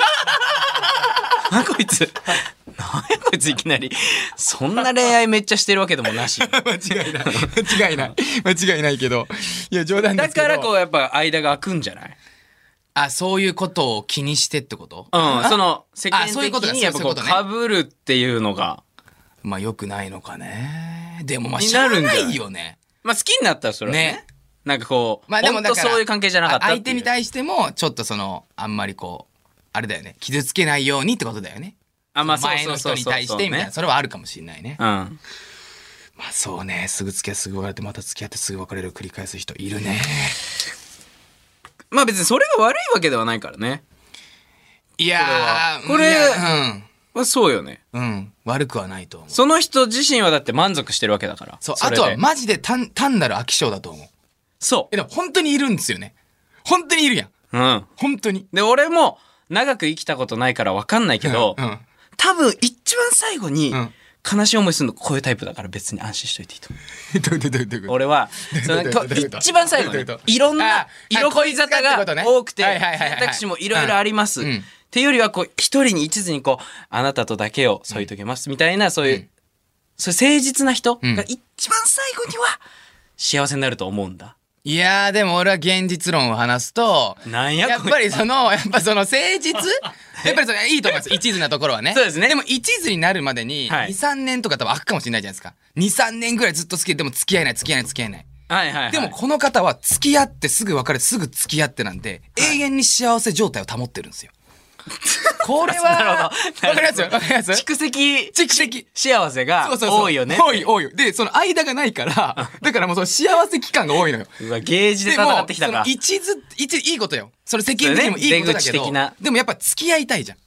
Speaker 2: なこいつ。なんやこいついきなり。そんな恋愛めっちゃしてるわけでもな し。
Speaker 1: 間違いない。間違いない。間違いないけど。いや、冗談で
Speaker 2: だ
Speaker 1: すけ
Speaker 2: か
Speaker 1: ど。
Speaker 2: らこうやっぱ間が空くんじゃない
Speaker 1: あ、そういうことを気にしてってこと
Speaker 2: うん。その、世間
Speaker 1: あそういうこと
Speaker 2: 的
Speaker 1: だ
Speaker 2: にやっぱこう、
Speaker 1: そういうこと
Speaker 2: かぶるっていうのが。
Speaker 1: まあ、良くないのかね。でもまあ、
Speaker 2: に
Speaker 1: しゃ
Speaker 2: な
Speaker 1: あ
Speaker 2: るんじゃ
Speaker 1: な
Speaker 2: ない
Speaker 1: いよね。
Speaker 2: まあ好きになったらそれはね。
Speaker 1: ね
Speaker 2: なんかこう、
Speaker 1: まあでもだ
Speaker 2: 本
Speaker 1: か
Speaker 2: 当
Speaker 1: ら
Speaker 2: そういう関係じゃなかったってい
Speaker 1: あ
Speaker 2: う
Speaker 1: 相手に対してもちょっとそのあんまりこうあれだよね傷つけないようにってことだよね
Speaker 2: あまあそう
Speaker 1: 前
Speaker 2: そ
Speaker 1: の
Speaker 2: う
Speaker 1: 人
Speaker 2: そう
Speaker 1: に
Speaker 2: そう
Speaker 1: 対してみたいな
Speaker 2: ね
Speaker 1: それはあるかもしれないね
Speaker 2: うん。
Speaker 1: まあそうねすぐ付き合ってすぐ別れてまた付き合ってすぐ別れるを繰り返す人いるね
Speaker 2: まあ別にそれが悪いわけではないからね。
Speaker 1: いやー
Speaker 2: これ
Speaker 1: い
Speaker 2: はこれ
Speaker 1: や
Speaker 2: まあそうよね。
Speaker 1: うん、うん、悪くはないと思う
Speaker 2: その人自身はだって満足してるわけだから。
Speaker 1: そう
Speaker 2: れ
Speaker 1: あ
Speaker 2: で
Speaker 1: とはマジで単単なる飽き性だと思う
Speaker 2: そ
Speaker 1: えでも本当にいるんですよね本当にいるやん
Speaker 2: う。うん。
Speaker 1: 本当に
Speaker 2: で、俺も長く生きたことないから分かんないけど、
Speaker 1: うんうん
Speaker 2: 多分一番最後に
Speaker 1: うん
Speaker 2: 悲しい思いするのこういうタイプだから別に安心しといていいと思う。
Speaker 1: どういうことどういうことどういうこと
Speaker 2: 俺は、そ
Speaker 1: どう
Speaker 2: の
Speaker 1: いう
Speaker 2: と
Speaker 1: ことどういうこと
Speaker 2: 一番最後
Speaker 1: どういう
Speaker 2: に
Speaker 1: こと
Speaker 2: いろんな
Speaker 1: あ
Speaker 2: 色恋沙汰
Speaker 1: あこいつがってこと
Speaker 2: が
Speaker 1: ね
Speaker 2: 多くて、
Speaker 1: はいはいはいは
Speaker 2: 選
Speaker 1: い
Speaker 2: 択肢もいろいろあります。
Speaker 1: うんうん
Speaker 2: っていうよりは、こう、一人に一途にこう、あなたとだけを添い遂げますみたいな、そういう、そういう誠実な人
Speaker 1: ん
Speaker 2: が一番最後には幸せになると思うんだ。
Speaker 1: いやーでも俺は現実論を話すと
Speaker 2: なんや
Speaker 1: や
Speaker 2: こ
Speaker 1: っ
Speaker 2: いつ
Speaker 1: ぱりその、 やっぱその誠実やっぱりそれいいと思います。一途なところはね。
Speaker 2: そうですね
Speaker 1: でも一途になるまでに、
Speaker 2: はい
Speaker 1: 2、3年とか多分開くかもしれないじゃないですか。2、3年ぐらいずっと好きで、でも付き合えない、付き合えない、付き合えない。
Speaker 2: はいはい、はい。
Speaker 1: でもこの方は付き合ってすぐ別れてすぐ付き合ってなんで、永遠に幸せ状態を保ってるんです よ。これは、
Speaker 2: なる
Speaker 1: わ
Speaker 2: ほど
Speaker 1: かりますよ、わかります
Speaker 2: 蓄積
Speaker 1: 蓄積。
Speaker 2: 幸せが
Speaker 1: そうそうそう
Speaker 2: 多いよね。
Speaker 1: 多い、多いよ。で、その間がない から、だからもうその幸せ期間が多いのよ。
Speaker 2: うわ、ゲージで
Speaker 1: も
Speaker 2: 戦ってきたか
Speaker 1: その。一途一いいことよそれ責任的にもいいことだけ
Speaker 2: そうね出口的
Speaker 1: ど、
Speaker 2: な
Speaker 1: でもやっぱ付き合いたいじゃん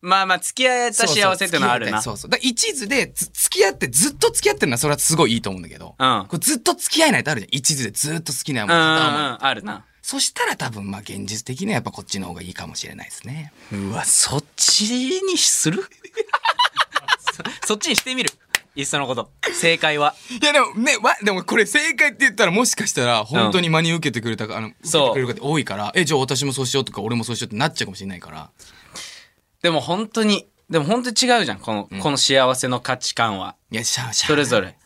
Speaker 2: まあまあ、付き合えた幸せっていうのはあるな。
Speaker 1: そうそう付き合いたいそうそうだから一途でつ付き合ってずっと付き合ってるのはそれはすごいいいと思うんだけど、
Speaker 2: うん
Speaker 1: これずっと付き合えないとあるじゃん一途でずっと好きなも
Speaker 2: うんんう
Speaker 1: 片思い
Speaker 2: んうん、あるな。
Speaker 1: そしたら多分まあ現実的にはやっぱこっちの方がいいかもしれないですね
Speaker 2: うわ、そっちにする そそっちにしてみる。いっそのこと。正解は。
Speaker 1: いやでもねわでもこれ正解って言ったらもしかしたら本当に真に受けてくれたか、あの受け
Speaker 2: そう
Speaker 1: てくれる方多いからえじゃあ私もそうしようとか俺もそうしようってなっちゃうかもしれないから
Speaker 2: でも本当に、でも本当に違うじゃん。この、この幸せの価値観は。
Speaker 1: いやしゃあしゃあ
Speaker 2: それぞれ。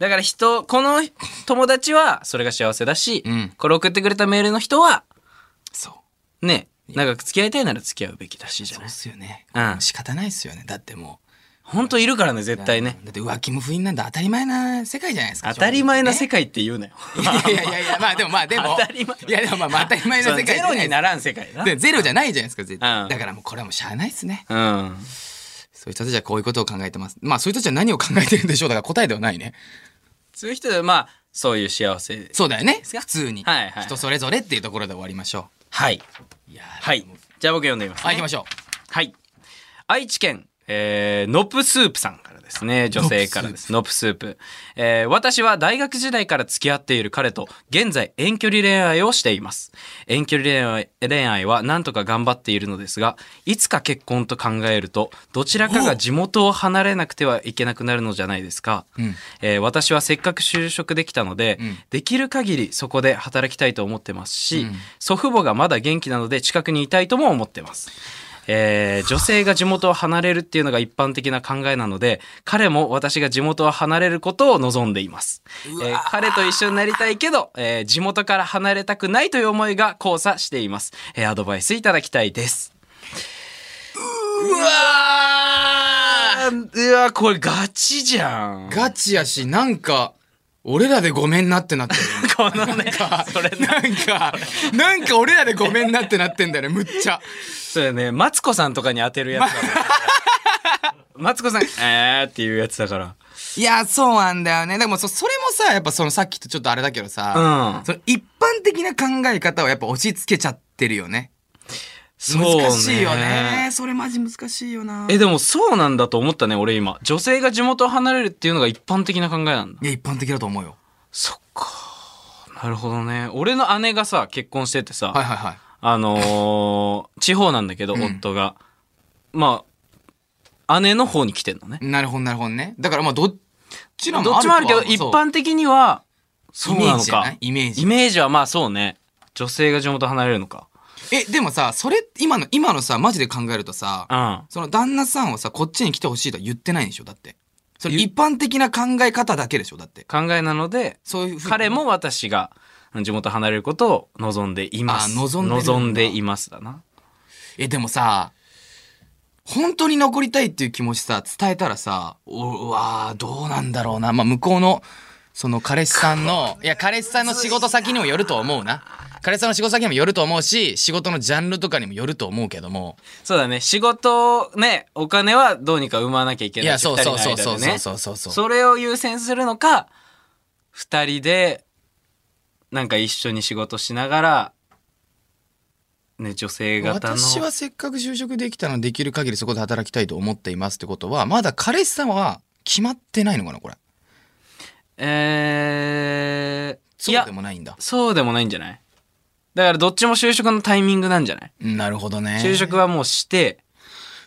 Speaker 2: だから人、この友達は、それが幸せだし、
Speaker 1: うん
Speaker 2: これ送ってくれたメールの人は、
Speaker 1: そう
Speaker 2: ね、長く付き合いたいなら付き合うべきだし、じゃ
Speaker 1: そ
Speaker 2: な
Speaker 1: うっ。
Speaker 2: い
Speaker 1: すよね、
Speaker 2: うん
Speaker 1: 仕方ないっすよねだってもう
Speaker 2: 本当いるからね、絶対ね。
Speaker 1: だって浮気も不倫なんて当たり前な世界じゃないですか。
Speaker 2: 当たり前な世
Speaker 1: 界。
Speaker 2: 界って言うなよ。
Speaker 1: いやいやいやいや、まあでもまあでも。
Speaker 2: 当たり前
Speaker 1: いやでもまあまあ当たり前な世界じ
Speaker 2: ゼ
Speaker 1: ゃな
Speaker 2: ロ
Speaker 1: い
Speaker 2: にならん世界な。
Speaker 1: でゼロじゃないじゃないですか、絶対。
Speaker 2: うん
Speaker 1: だからもうこれはもうしゃあないですね。
Speaker 2: うん。
Speaker 1: そういう人たちはこういうことを考えてます。まあそういう人たちは何を考えてるんでしょうだから答えではないね。
Speaker 2: そういう人で、まあ、そういう幸せ。
Speaker 1: そうだよね。
Speaker 2: すか
Speaker 1: 普通に。
Speaker 2: はいはい
Speaker 1: 人それぞれっていうところで終わりましょ
Speaker 2: はい。
Speaker 1: う。いや
Speaker 2: はい。じゃあ僕読んでみます、
Speaker 1: はい、行きましょ
Speaker 2: はい。愛知県、えーノプスープさんからですね。女性からです。ノプスープ。えー私は大学時代から付き合っている彼と現在遠距離恋愛をしています。遠距離恋愛恋愛は何とか頑張っているのですが、いつか結婚と考えると、どちらかが地元を離れなくてはいけなくなるのじゃないですか。
Speaker 1: うん
Speaker 2: えー私はせっかく就職できたので、
Speaker 1: うん
Speaker 2: できる限りそこで働きたいと思ってますし、
Speaker 1: うん
Speaker 2: 祖父母がまだ元気なので近くにいたいとも思ってます。えー 女性が地元を離れるっていうのが一般的な考えなので彼も私が地元を離れることを望んでいます、えー彼と一緒になりたいけど、えー地元から離れたくないという思いが交差しています、えーアドバイスいただきたいですうわーうわこれガチじゃん
Speaker 1: ガチやし、なんか、俺らでごめんなってなってる。
Speaker 2: このねそれ ね
Speaker 1: なんか、なんか俺らでごめんなってなってんだよね、むっちゃ。
Speaker 2: そうだよねマツコさんとかに当てるやつだもんね マツコさんえーっていうやつだから
Speaker 1: いや、そうなんだよね。でもそ、それもさ、やっぱそのさっきとちょっとあれだけどさ、
Speaker 2: うん
Speaker 1: その一般的な考え方をやっぱ押し付けちゃってるよね。難しいよね。それマジ難しいよな。
Speaker 2: えでもそうなんだと思ったね俺今女性が地元を離れるっていうのが一般的な考えなんだ
Speaker 1: いや、一般的だと思うよ。
Speaker 2: そっかなるほどね俺の姉がさ結婚しててさ、
Speaker 1: はいはいはい。
Speaker 2: あの ー地方なんだけど、
Speaker 1: うん
Speaker 2: 夫がまあ姉の方に来てんのね
Speaker 1: なるほどなるほどね。だからまあ、どっちらも
Speaker 2: どっちもあるけど一
Speaker 1: そう
Speaker 2: 般的にはそうな
Speaker 1: イメー
Speaker 2: のか
Speaker 1: ジじ
Speaker 2: イ
Speaker 1: ゃないイメージ。
Speaker 2: メージはまあそうね女性が地元離れるのか
Speaker 1: え、でもさ、それ、今の、今のさ、マジで考えるとさ、
Speaker 2: うん
Speaker 1: その旦那さんをさ、こっちに来てほしいとは言ってないんでしょだって。それ一般的な考え方だけでしょだって。
Speaker 2: 考えなので
Speaker 1: そういうふうに
Speaker 2: 彼も私が地元離れることを望んでいます
Speaker 1: あ望んでるんだ
Speaker 2: 望んでいますだな
Speaker 1: え、でもさ、本当に残りたいっていう気持ちさ、伝えたらさ、おうわーどうなんだろうな。まあ、向こうの、その彼氏さんの、いや、彼氏さんの仕事先にもよると思うな。彼氏さんの仕事先にもよると思うし、仕事のジャンルとかにもよると思うけども。
Speaker 2: そうだね仕事ねお金はどうにか生まなきゃいけ
Speaker 1: い
Speaker 2: ない
Speaker 1: や、
Speaker 2: し
Speaker 1: そうそう
Speaker 2: 二人
Speaker 1: そ
Speaker 2: の
Speaker 1: うそう
Speaker 2: 間でね
Speaker 1: そうそうそうそう。
Speaker 2: それを優先するのか二人でなんか一緒に仕事しながらね女性型の
Speaker 1: 私はせっかく就職できたのでできる限りそこで働きたいと思っていますってことは、まだ彼氏さんは決まってないのかな、これ。
Speaker 2: えー、い
Speaker 1: そう
Speaker 2: や
Speaker 1: でもないんだ。
Speaker 2: そうでもないんじゃないだからどっちも就職のタイミングなんじゃない
Speaker 1: なるほどね。
Speaker 2: 就職はもうして、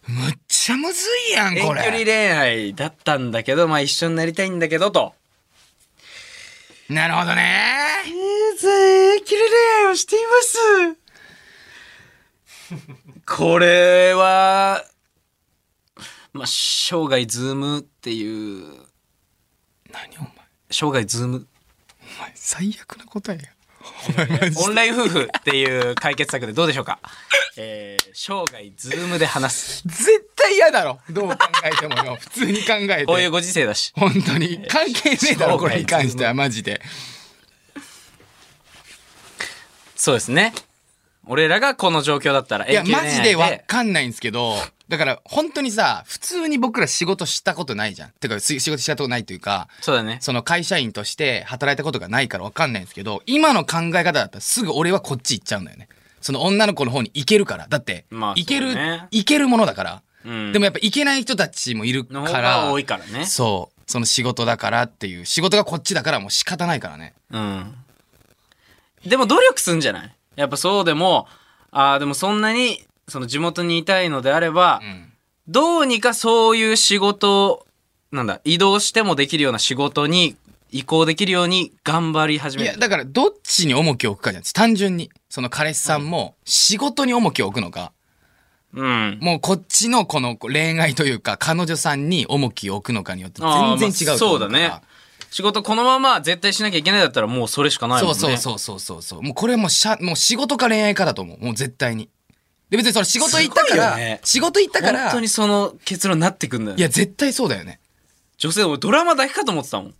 Speaker 1: むっちゃむずいやん、
Speaker 2: 遠距
Speaker 1: これ。
Speaker 2: 離恋愛だったんだけど、まあ一緒になりたいんだけどと。
Speaker 1: なるほどね。
Speaker 2: え遠距離恋愛をしています。これは、まあ生涯ズームっていう、
Speaker 1: 何お前
Speaker 2: 生涯ズ ーム、
Speaker 1: お前最悪な答えやお前マジ
Speaker 2: オンライン夫婦っていう解決策でどうでしょうかえー、生涯ズームで話 す。
Speaker 1: 絶対嫌だろどう考えても よ普通に考えて
Speaker 2: こういうご時世だし。
Speaker 1: 本当に関係ねえだろこれに関してはマジで
Speaker 2: そうですね。俺らがこの状況だったら
Speaker 1: いや
Speaker 2: 遠距離
Speaker 1: マ
Speaker 2: 恋愛
Speaker 1: ジでわかんないんですけどだから本当にさ普通に僕ら仕事したことないじゃんてかす仕事したことないというか
Speaker 2: そうだね。
Speaker 1: その会社員として働いたことがないからわかんないんですけど今の考え方だったらすぐ俺はこっち行っちゃうんだよねその女の子の方に行けるからだって、
Speaker 2: まあ
Speaker 1: 行け
Speaker 2: そう
Speaker 1: る、
Speaker 2: ね
Speaker 1: 行けるものだから
Speaker 2: うん
Speaker 1: でもやっぱ行けない人たちもいる
Speaker 2: の
Speaker 1: から
Speaker 2: 方が多いからね。
Speaker 1: そうその仕事だからっていう仕事がこっちだからもう仕方ないからね
Speaker 2: うん。でも努力すんじゃないやっぱそうでも、ああ、でもそんなに、その地元にいたいのであれば、
Speaker 1: うん
Speaker 2: どうにかそういう仕事を、なんだ、移動してもできるような仕事に移行できるように頑張り始
Speaker 1: い
Speaker 2: め
Speaker 1: や
Speaker 2: る。
Speaker 1: だからどっちに重きを置くかじゃん単純にその彼氏さんも仕事に重きを置くのか
Speaker 2: うん。
Speaker 1: もうこっちのこの恋愛というか彼女さんに重きを置くのかによって
Speaker 2: あー
Speaker 1: 全然違うと思うから、
Speaker 2: まあそうだね。仕事このまま絶対しなきゃいけないだったらもうそれしかないもん
Speaker 1: そ
Speaker 2: ね。
Speaker 1: うそうそうそうそうそうもうこれもうしゃもう仕事か恋愛かだと思うもう絶対にで別にその仕事行ったか
Speaker 2: すご
Speaker 1: ら、
Speaker 2: いよね
Speaker 1: 仕事行ったから
Speaker 2: 本当にその結論になってくんだよ
Speaker 1: い。や絶対そうだ よね
Speaker 2: 女性、俺ドラマだけかと思ってたもん。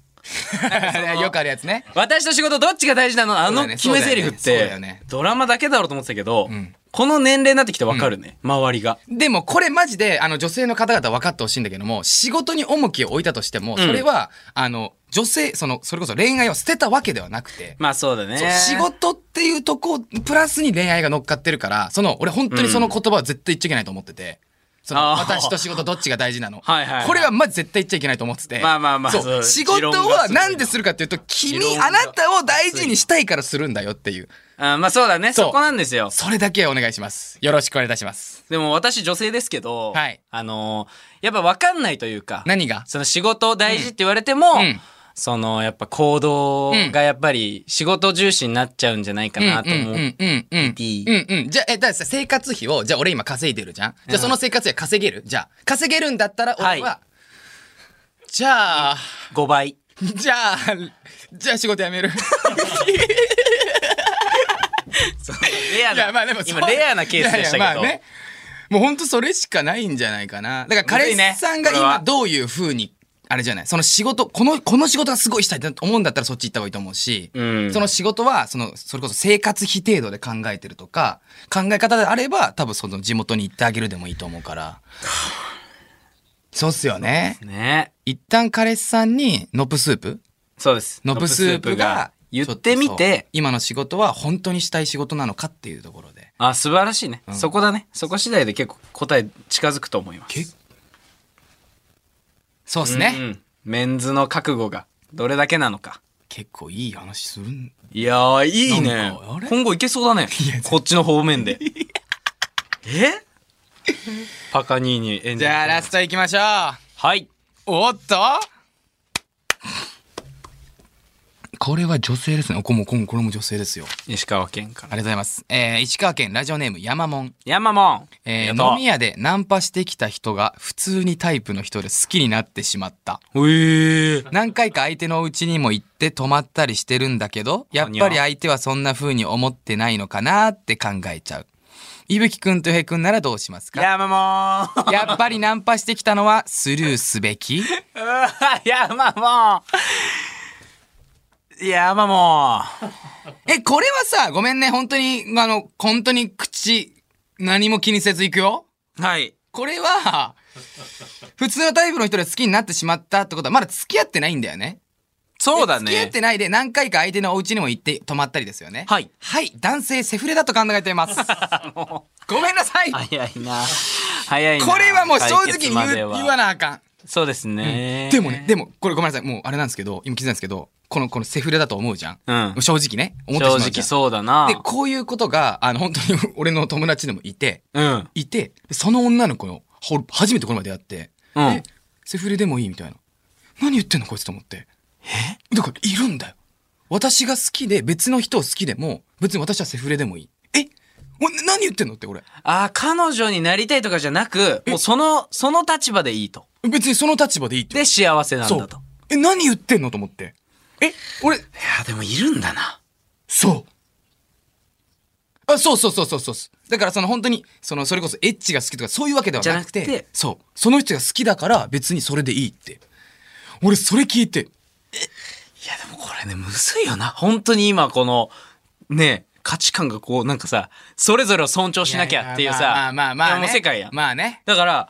Speaker 1: よくあるやつね
Speaker 2: 私と仕事どっちが大事なのあ
Speaker 1: そうだ
Speaker 2: の
Speaker 1: よね
Speaker 2: 決め台詞っ
Speaker 1: そうだ
Speaker 2: て、
Speaker 1: よね
Speaker 2: ドラマだけだろうと思ってたけど、
Speaker 1: うん
Speaker 2: この年齢になってきてわかるね、周りが。
Speaker 1: でもこれマジであの女性の方々分かってほしいんだけども仕事に重きを置いたとしてもそれは、あの女性そのそれこそ恋愛を捨てたわけではなくて、
Speaker 2: まあそうだね
Speaker 1: そう。仕事っていうとこプラスに恋愛が乗っかってるからその俺本当にその言葉は絶対言っちゃいけないと思ってて、その
Speaker 2: あー
Speaker 1: 私と仕事どっちが大事なの。
Speaker 2: はいはいはい
Speaker 1: これはまず絶対言っちゃいけないと思ってて。
Speaker 2: まあまあまあ
Speaker 1: そ。
Speaker 2: そうう
Speaker 1: 仕事
Speaker 2: 持論が
Speaker 1: は
Speaker 2: すごい
Speaker 1: なんでするかっていうと、君
Speaker 2: 持論、が
Speaker 1: あなたを大事にしたいからするんだよっていう。
Speaker 2: あまあそうだね
Speaker 1: そう
Speaker 2: そこなんですよ
Speaker 1: それだけはお願いします。よろしくお願いいたします。
Speaker 2: でも私女性ですけど、
Speaker 1: はい
Speaker 2: あのーやっぱ分かんないというか
Speaker 1: 何が
Speaker 2: その仕事大事って言われても、
Speaker 1: うんうん
Speaker 2: そのやっぱ行動
Speaker 1: うん
Speaker 2: がやっぱり仕事重視になっちゃうんじゃないかなと思う。
Speaker 1: うんうんうんうん。
Speaker 2: D
Speaker 1: うんうん。じゃあ、え、だってさ、生活費を、じゃあ俺今稼いでるじゃんじゃあその生活費は稼げるじゃあ、稼げるんだったら俺は、
Speaker 2: はい
Speaker 1: じゃあ、
Speaker 2: 5倍。
Speaker 1: じゃあ、じゃあ仕事辞 める。
Speaker 2: レア
Speaker 1: いや、
Speaker 2: な、
Speaker 1: まあでもそう
Speaker 2: 今レアなケースでしたけど。
Speaker 1: いやいやまあね。もうほんとそれしかないんじゃないかな。だから彼氏さんが
Speaker 2: むずいねこれは
Speaker 1: 今どういう風に、あれじゃない、その仕事、この、この仕事がすごいしたいって思うんだったらそっち行った方がいいと思うし、
Speaker 2: うん
Speaker 1: その仕事は、その、それこそ生活費程度で考えてるとか、考え方であれば、多分その地元に行ってあげるでもいいと思う から。そうっすよね。
Speaker 2: ね
Speaker 1: 一旦彼氏さんに、ノップスープ
Speaker 2: そうです。
Speaker 1: ノップスープが、
Speaker 2: 言ってみ
Speaker 1: ちょっとそ
Speaker 2: て
Speaker 1: う、今の仕事は本当にしたい仕事なのかっていうところで。
Speaker 2: あ、素晴らしいね、そこだね。そこ次第で結構答え近づくと思います。
Speaker 1: 結そうです
Speaker 2: う
Speaker 1: ね、
Speaker 2: んうんメンズの覚悟がどれだけなのか。
Speaker 1: 結構いい話するん
Speaker 2: いやー、い
Speaker 1: な
Speaker 2: いね
Speaker 1: んかあれ。
Speaker 2: 今後いけそうだね。こっちの方 面で。えパカニーニ演
Speaker 1: じゃあラ
Speaker 2: ス
Speaker 1: ストいきましょう
Speaker 2: はい。
Speaker 1: おっとこれは女性ですねおこもこもこれも女性ですよあ
Speaker 2: 石川県か
Speaker 1: りが。
Speaker 2: ら
Speaker 1: とうございます、えー、石川県ラジオネーム山門
Speaker 2: 山もん。
Speaker 1: え
Speaker 2: やっ
Speaker 1: ー、
Speaker 2: た
Speaker 1: 飲み屋でナンパしてきた人が普通にタイプの人で好きになってしまった
Speaker 2: うえー。
Speaker 1: 何回か相手の家にも行って泊まったりしてるんだけど、やっぱり相手はそんな風に思ってないのかなって考えちゃう。いぶきくんとよへくんならどうしますか
Speaker 2: 山 もん。
Speaker 1: やっぱりナンパしてきたのはスルーすべ き
Speaker 2: うわ 山もん。山も
Speaker 1: え、これはさ、ごめんね、本当に、あの、本当に口、何も気にせず行くよ。
Speaker 2: ん。はい。
Speaker 1: これは、普通のタイプの人で好きになってしまったってことは、まだ付き合ってないんだよね。
Speaker 2: そうだ
Speaker 1: 付き合っ
Speaker 2: ね。
Speaker 1: てないで何回か相手のお家にも行って泊まったりですよね。
Speaker 2: はい
Speaker 1: はい。男性セフレだと考えてい ます。ごめんなさい。こ
Speaker 2: 早いな。早いな。
Speaker 1: れはもう正直に
Speaker 2: 解決ま
Speaker 1: 言う
Speaker 2: では
Speaker 1: 言わなあか
Speaker 2: そうですね
Speaker 1: ん。。でもね、でも、これごめんなさい。もうあれなんですけど、今気づいたんですけど、この、このセフレだと思うじゃん。
Speaker 2: うん
Speaker 1: 正直ね。思ってしま
Speaker 2: 正
Speaker 1: うじゃん
Speaker 2: 直そうだな
Speaker 1: で、。こういうことが、あの、本当に俺の友達でもいて、
Speaker 2: うん。
Speaker 1: いて、その女の子の、ほ初めてこの前出会って、
Speaker 2: うん
Speaker 1: えセフレでもいいみたいな。何言ってんのこいつと思って。えだから、いるんだよ。私が好きで、別の人を好きでも、別に私はセフレでもいい。えお何言ってんのって俺。
Speaker 2: ああ、彼女になりたいとかじゃなく、もうその、その立場でいいと。
Speaker 1: 別にその立場でいいって。
Speaker 2: で、幸せなん
Speaker 1: そ
Speaker 2: だ
Speaker 1: う
Speaker 2: と。
Speaker 1: え、
Speaker 2: い。
Speaker 1: 何言ってんのと思って。え俺、
Speaker 2: や、でもいるんだな。
Speaker 1: そう。あ、そうそうそうそうそう。だからその本当に、そのそれこそエッチが好きとかそういうわけではなくて、
Speaker 2: じゃなくて
Speaker 1: そう。その人が好きだから別にそれでいいって。俺それ聞いて、
Speaker 2: いや、でもこれね、むずいよな。本当に今、この、ね、価値観がこう、なんかさ、それぞれを尊重しなきゃっていうさ、
Speaker 1: まあまあまあ、
Speaker 2: いやもう世界やん。
Speaker 1: まあね。
Speaker 2: だから、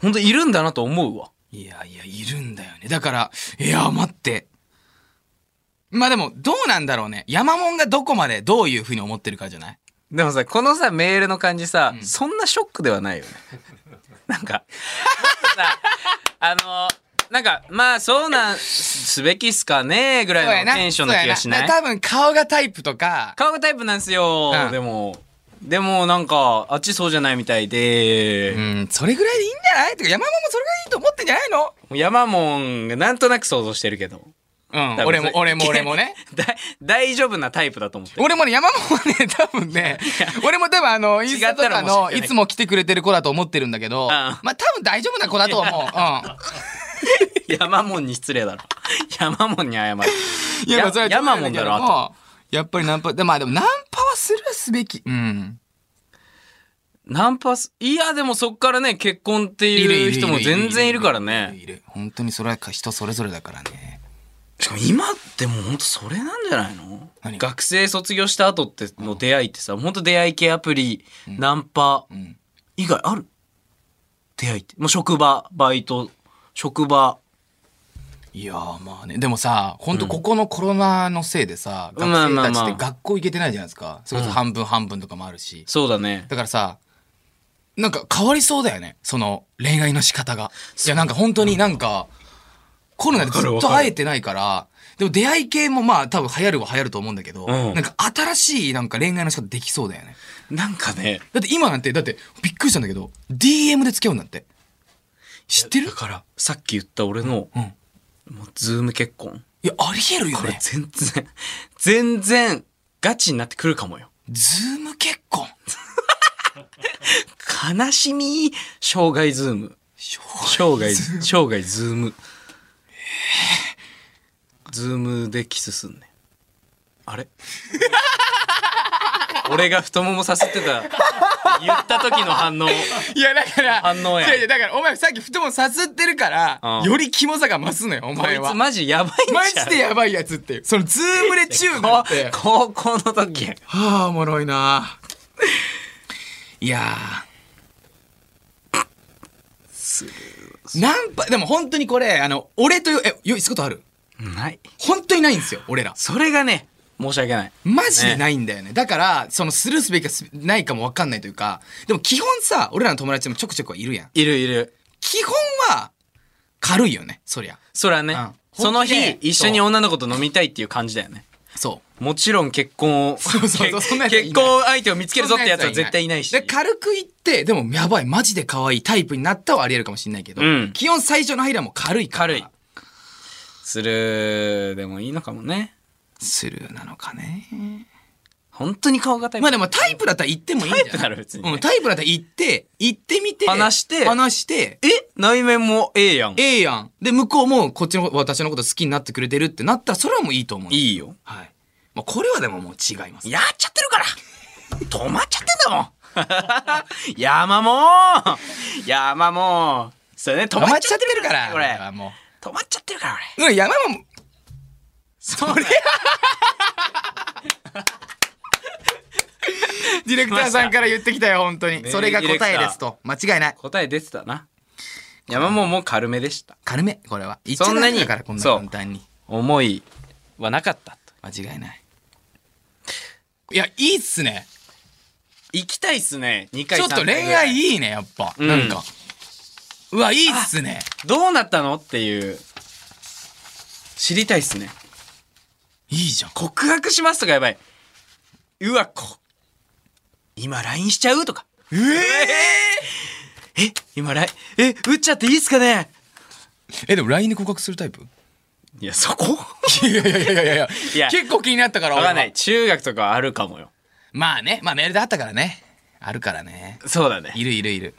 Speaker 2: 本当いるんだなと思うわ。
Speaker 1: いやいや、いるんだよね。だから、いや、待って。まあでも、どうなんだろうね。山門がどこまでどういうふうに思ってるかじゃない
Speaker 2: でもさ、このさ、メールの感じさ、そんなショックではないよね。 なんか、もっとさ、あの、なんか、まあ、そうなん、すべきっすかねぐらいのテンションの気がし
Speaker 1: そう
Speaker 2: な
Speaker 1: や
Speaker 2: い
Speaker 1: 多分顔がタイプとか、
Speaker 2: 顔がタイプなんですよ、
Speaker 1: うん
Speaker 2: でもでもなんかあっちそうじゃないみたいで、
Speaker 1: うん、それぐらいでいいんじゃないってか山本もそれがいいと思ってんじゃないの
Speaker 2: 山もんがなんとなく想像してるけど
Speaker 1: うん
Speaker 2: 多、分
Speaker 1: 俺も
Speaker 2: そ、れ
Speaker 1: 俺も、俺もね。
Speaker 2: だ大丈夫なタイプだと思ってる
Speaker 1: 俺もね、山本はね、 多分ね、俺も多分あの、インスタとか
Speaker 2: 違ったら
Speaker 1: の、
Speaker 2: 申し訳
Speaker 1: い
Speaker 2: ない
Speaker 1: つも来てくれてる子だと思ってるんだけど、
Speaker 2: ん
Speaker 1: まあ多分大丈夫な子だと思う。う
Speaker 2: 山もんに失礼だろ山もんに謝
Speaker 1: ん。いや、
Speaker 2: る
Speaker 1: まあ
Speaker 2: や
Speaker 1: それは冗
Speaker 2: 山
Speaker 1: 談
Speaker 2: も
Speaker 1: だ
Speaker 2: ん
Speaker 1: け
Speaker 2: だ
Speaker 1: ど
Speaker 2: ろあと
Speaker 1: も、やっぱりナンパ、でまあでもナンパはするすべき。うん。
Speaker 2: ナンパすいやでもそっからね結婚っていう人も全然いるから
Speaker 1: いる
Speaker 2: ね
Speaker 1: いる。本当にそれは人それぞれだからね。
Speaker 2: しかも今ってもうほんとそれなんじゃないの
Speaker 1: 何
Speaker 2: 学生卒業した後っての出会いってさほんと出会い系アプリ、ナンパ
Speaker 1: ん
Speaker 2: 以外ある出会いってもう職場バイト職場
Speaker 1: いやーまあねでもさ本当ここのコロナのせいでさ、
Speaker 2: うん
Speaker 1: 学生
Speaker 2: まあ
Speaker 1: たち
Speaker 2: まあ
Speaker 1: っ
Speaker 2: ま
Speaker 1: て
Speaker 2: あ
Speaker 1: 学校行けてないじゃないですか、それこそ半分半分とかもあるし、
Speaker 2: そうだね
Speaker 1: だからさなんか変わりそうだよね。その恋愛の仕方が。いや、なんか本当になんか、コロナでずっと会えてないから、でも出会い系もまあ多分流行るは流行ると思うんだけど、
Speaker 2: うん
Speaker 1: なんか新しいなんか恋愛の仕方できそうだよね。
Speaker 2: なんかね、
Speaker 1: だって今なんて、だってびっくりしたんだけど、DM で付き合うんだって。知ってる
Speaker 2: だから、さっき言った俺の、
Speaker 1: うん。
Speaker 2: もう、ズーム結婚。
Speaker 1: いや、ありえるよ
Speaker 2: これ
Speaker 1: ね。
Speaker 2: 全然、全然、ガチになってくるかもよ。
Speaker 1: ズーム結婚。
Speaker 2: 悲しみ、生涯ズーム。生涯、生涯ズーム。ズームでキスすんねん。あれ俺が太ももさすってた、言った時の反応。
Speaker 1: いや、だから、
Speaker 2: 反応や
Speaker 1: いいだから、お前さっき太ももさすってるから、
Speaker 2: うん
Speaker 1: よりキモさが増すのよ、お
Speaker 2: こい
Speaker 1: 前は。
Speaker 2: つ
Speaker 1: マ
Speaker 2: マジやばいんちゃう
Speaker 1: ジでやばいやつっていう。そのズームでチューだって。
Speaker 2: 高校の時。
Speaker 1: はあ、おもろいな。いやー。ナンパ、でも本当にこれ、あの、俺とよ、え、用意することある
Speaker 2: ない。
Speaker 1: 本当にないんですよ、俺ら。
Speaker 2: それがね、申し訳ない。
Speaker 1: マジでないんだよね。だから、そのスルーすべきかすないかもわかんないというか、でも基本さ、俺らの友達でもちょくちょくはいるやん。
Speaker 2: いるいる。
Speaker 1: 基本は、軽いよね、そりゃ。
Speaker 2: そらね、
Speaker 1: うん
Speaker 2: そ
Speaker 1: 本
Speaker 2: の日、
Speaker 1: 気で
Speaker 2: 一緒に女の子と飲みたいっていう感じだよね。
Speaker 1: そ
Speaker 2: もちろん結婚を、
Speaker 1: そうそうそう
Speaker 2: け
Speaker 1: そんなやつはいない
Speaker 2: 結婚相手を見
Speaker 1: う。
Speaker 2: つけるぞってやつは絶対いないし
Speaker 1: で。軽く言って、でもやばい、マジで可愛いタイプになったはあり得るかもしれないけど、
Speaker 2: うん
Speaker 1: 基本最初の入りはもう軽いから
Speaker 2: 軽い。する、でもいいのかもね。
Speaker 1: スルーなのかね。
Speaker 2: 本当に顔がタイプ。
Speaker 1: まあでもタイプだったら言ってもいいんじゃない
Speaker 2: タイプなら別にね
Speaker 1: うん、タイプだったら言って、言ってみて。
Speaker 2: 話して
Speaker 1: 話して。
Speaker 2: え内面もええやん。
Speaker 1: ええやん。で、向こうもこっちのこと私のこと好きになってくれてるってなったら、それはもういいと思う。
Speaker 2: いいよ。
Speaker 1: はい。まあ、これはでももう違います。
Speaker 2: やっちゃってるから止まっちゃってんだもん 山も山もそれね、止
Speaker 1: 止
Speaker 2: ま
Speaker 1: ま
Speaker 2: っ
Speaker 1: っ
Speaker 2: ち
Speaker 1: ち
Speaker 2: ゃ
Speaker 1: ゃ
Speaker 2: っ
Speaker 1: ってて
Speaker 2: る
Speaker 1: る
Speaker 2: か、
Speaker 1: からら、
Speaker 2: こ
Speaker 1: こ
Speaker 2: れ
Speaker 1: れ。はも
Speaker 2: 止まっちゃってるから、俺。
Speaker 1: う。うん、山も、
Speaker 2: それ
Speaker 1: ディレクターさんから言ってきたよ、本当に。
Speaker 2: ね
Speaker 1: それが答えですと。間違いない。
Speaker 2: 答え出てたな。山ももう軽めでした。
Speaker 1: 軽め、これは。言っち
Speaker 2: そ
Speaker 1: ゃ
Speaker 2: んな
Speaker 1: ダ
Speaker 2: に
Speaker 1: メだから、こんな
Speaker 2: そう
Speaker 1: 簡単に。
Speaker 2: 思いはなかったと。
Speaker 1: 間違いない。いや、いいっすね。
Speaker 2: 行きたいっすね、2回
Speaker 1: ちょっと恋愛
Speaker 2: い
Speaker 1: いいね、やっぱ。
Speaker 2: うん
Speaker 1: なんか。うわ、いいっすね。
Speaker 2: どうなったのっていう。知りたいっすね。
Speaker 1: いいじゃん。
Speaker 2: 告白しますとかやばい。うわ、こ、今 LINE しちゃうとか。
Speaker 1: ええ
Speaker 2: え今 LINE、え、打っちゃっていいっすかね
Speaker 1: え、でも LINE で告白するタイプ
Speaker 2: いや、そこ
Speaker 1: いやいやいやいやいや
Speaker 2: いや
Speaker 1: 結構気になったから、
Speaker 2: わ
Speaker 1: 俺
Speaker 2: か
Speaker 1: は
Speaker 2: んない。 中学とかあるかもよ。
Speaker 1: まあね、まあメールであったからね。あるからね。
Speaker 2: そうだね。
Speaker 1: いるいるいる。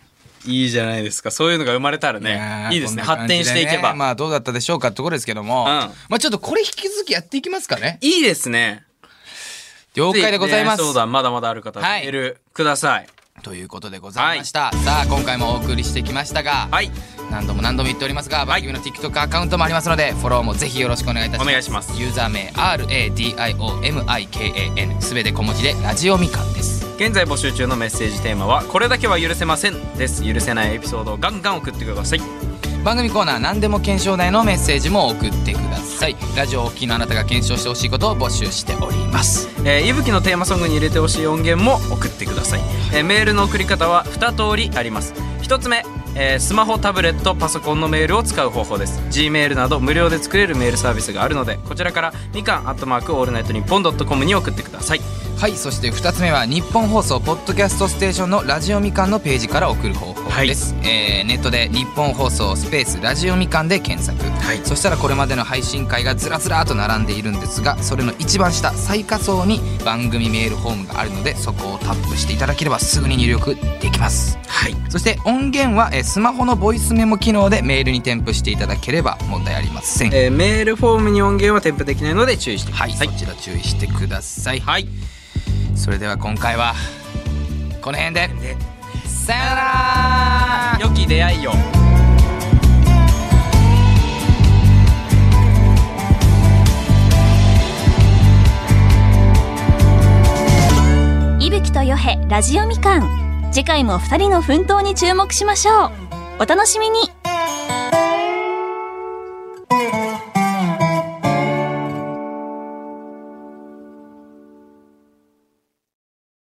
Speaker 2: いいじゃないですか。そういうのが生まれたら
Speaker 1: や
Speaker 2: ね
Speaker 1: ー、
Speaker 2: いいですね。
Speaker 1: こんな
Speaker 2: 発
Speaker 1: 感じ
Speaker 2: 展していけば。
Speaker 1: ねまあどうだったでしょうかってところですけども。
Speaker 2: ん
Speaker 1: まあちょっとこれ引き続きやっていきますかね。
Speaker 2: いいですね。
Speaker 1: 了解でございます。
Speaker 2: そうだ、まだまだある方、
Speaker 1: はい
Speaker 2: メールください。
Speaker 1: ということでございました。さあ今回もお送りしてきましたが、
Speaker 2: はい。
Speaker 1: 何度も何度も言っておりますが、番組の TikTok アカウントもありますので、フォローもぜひよろしくお願いいたし
Speaker 2: お
Speaker 1: ます。
Speaker 2: 願いします。
Speaker 1: ユーザー名 RADIOMIKAN すべて小文字でラジオみかんです。
Speaker 2: 現在募集中のメッセージテーマは、これだけは許せませんです。許せないエピソードをガンガン送ってください。
Speaker 1: 番組コーナー何でも検証台のメッセージも送ってくださいラジオをお聞きのあなたが検証してほしいことを募集しております
Speaker 2: えー、いぶきのテーマソングに入れてほしい音源も送ってください、えーメールの送り方は2通りあります1つ目、えースマホタブレットパソコンのメールを使う方法です G メールなど無料で作れるメールサービスがあるのでこちらからみかんアットマークオールナイトニッポンドットコムに送ってください
Speaker 1: はいそして2つ目は日本放送ポッドキャストステーションのラジオみかんのページから送る方法です、えーネットで日本放送スペースラジオみかんで検索、
Speaker 2: はい
Speaker 1: そしたらこれまでの配信会がずらずらっと並んでいるんですがそれの一番下最下層に番組メールフォームがあるのでそこをタップしていただければすぐに入力できます
Speaker 2: はい
Speaker 1: そして音源は、えースマホのボイスメモ機能でメールに添付していただければ問題ありません。
Speaker 2: えーメールフォームに音源は添付できないので注意してくださ
Speaker 1: はいい、そちら注意してください。
Speaker 2: はい、
Speaker 1: それでは今回はこの辺でさよなら
Speaker 2: 良き出会いよ
Speaker 3: 伊吹とよへラジオみかん次回も2人の奮闘に注目しましょうお楽しみに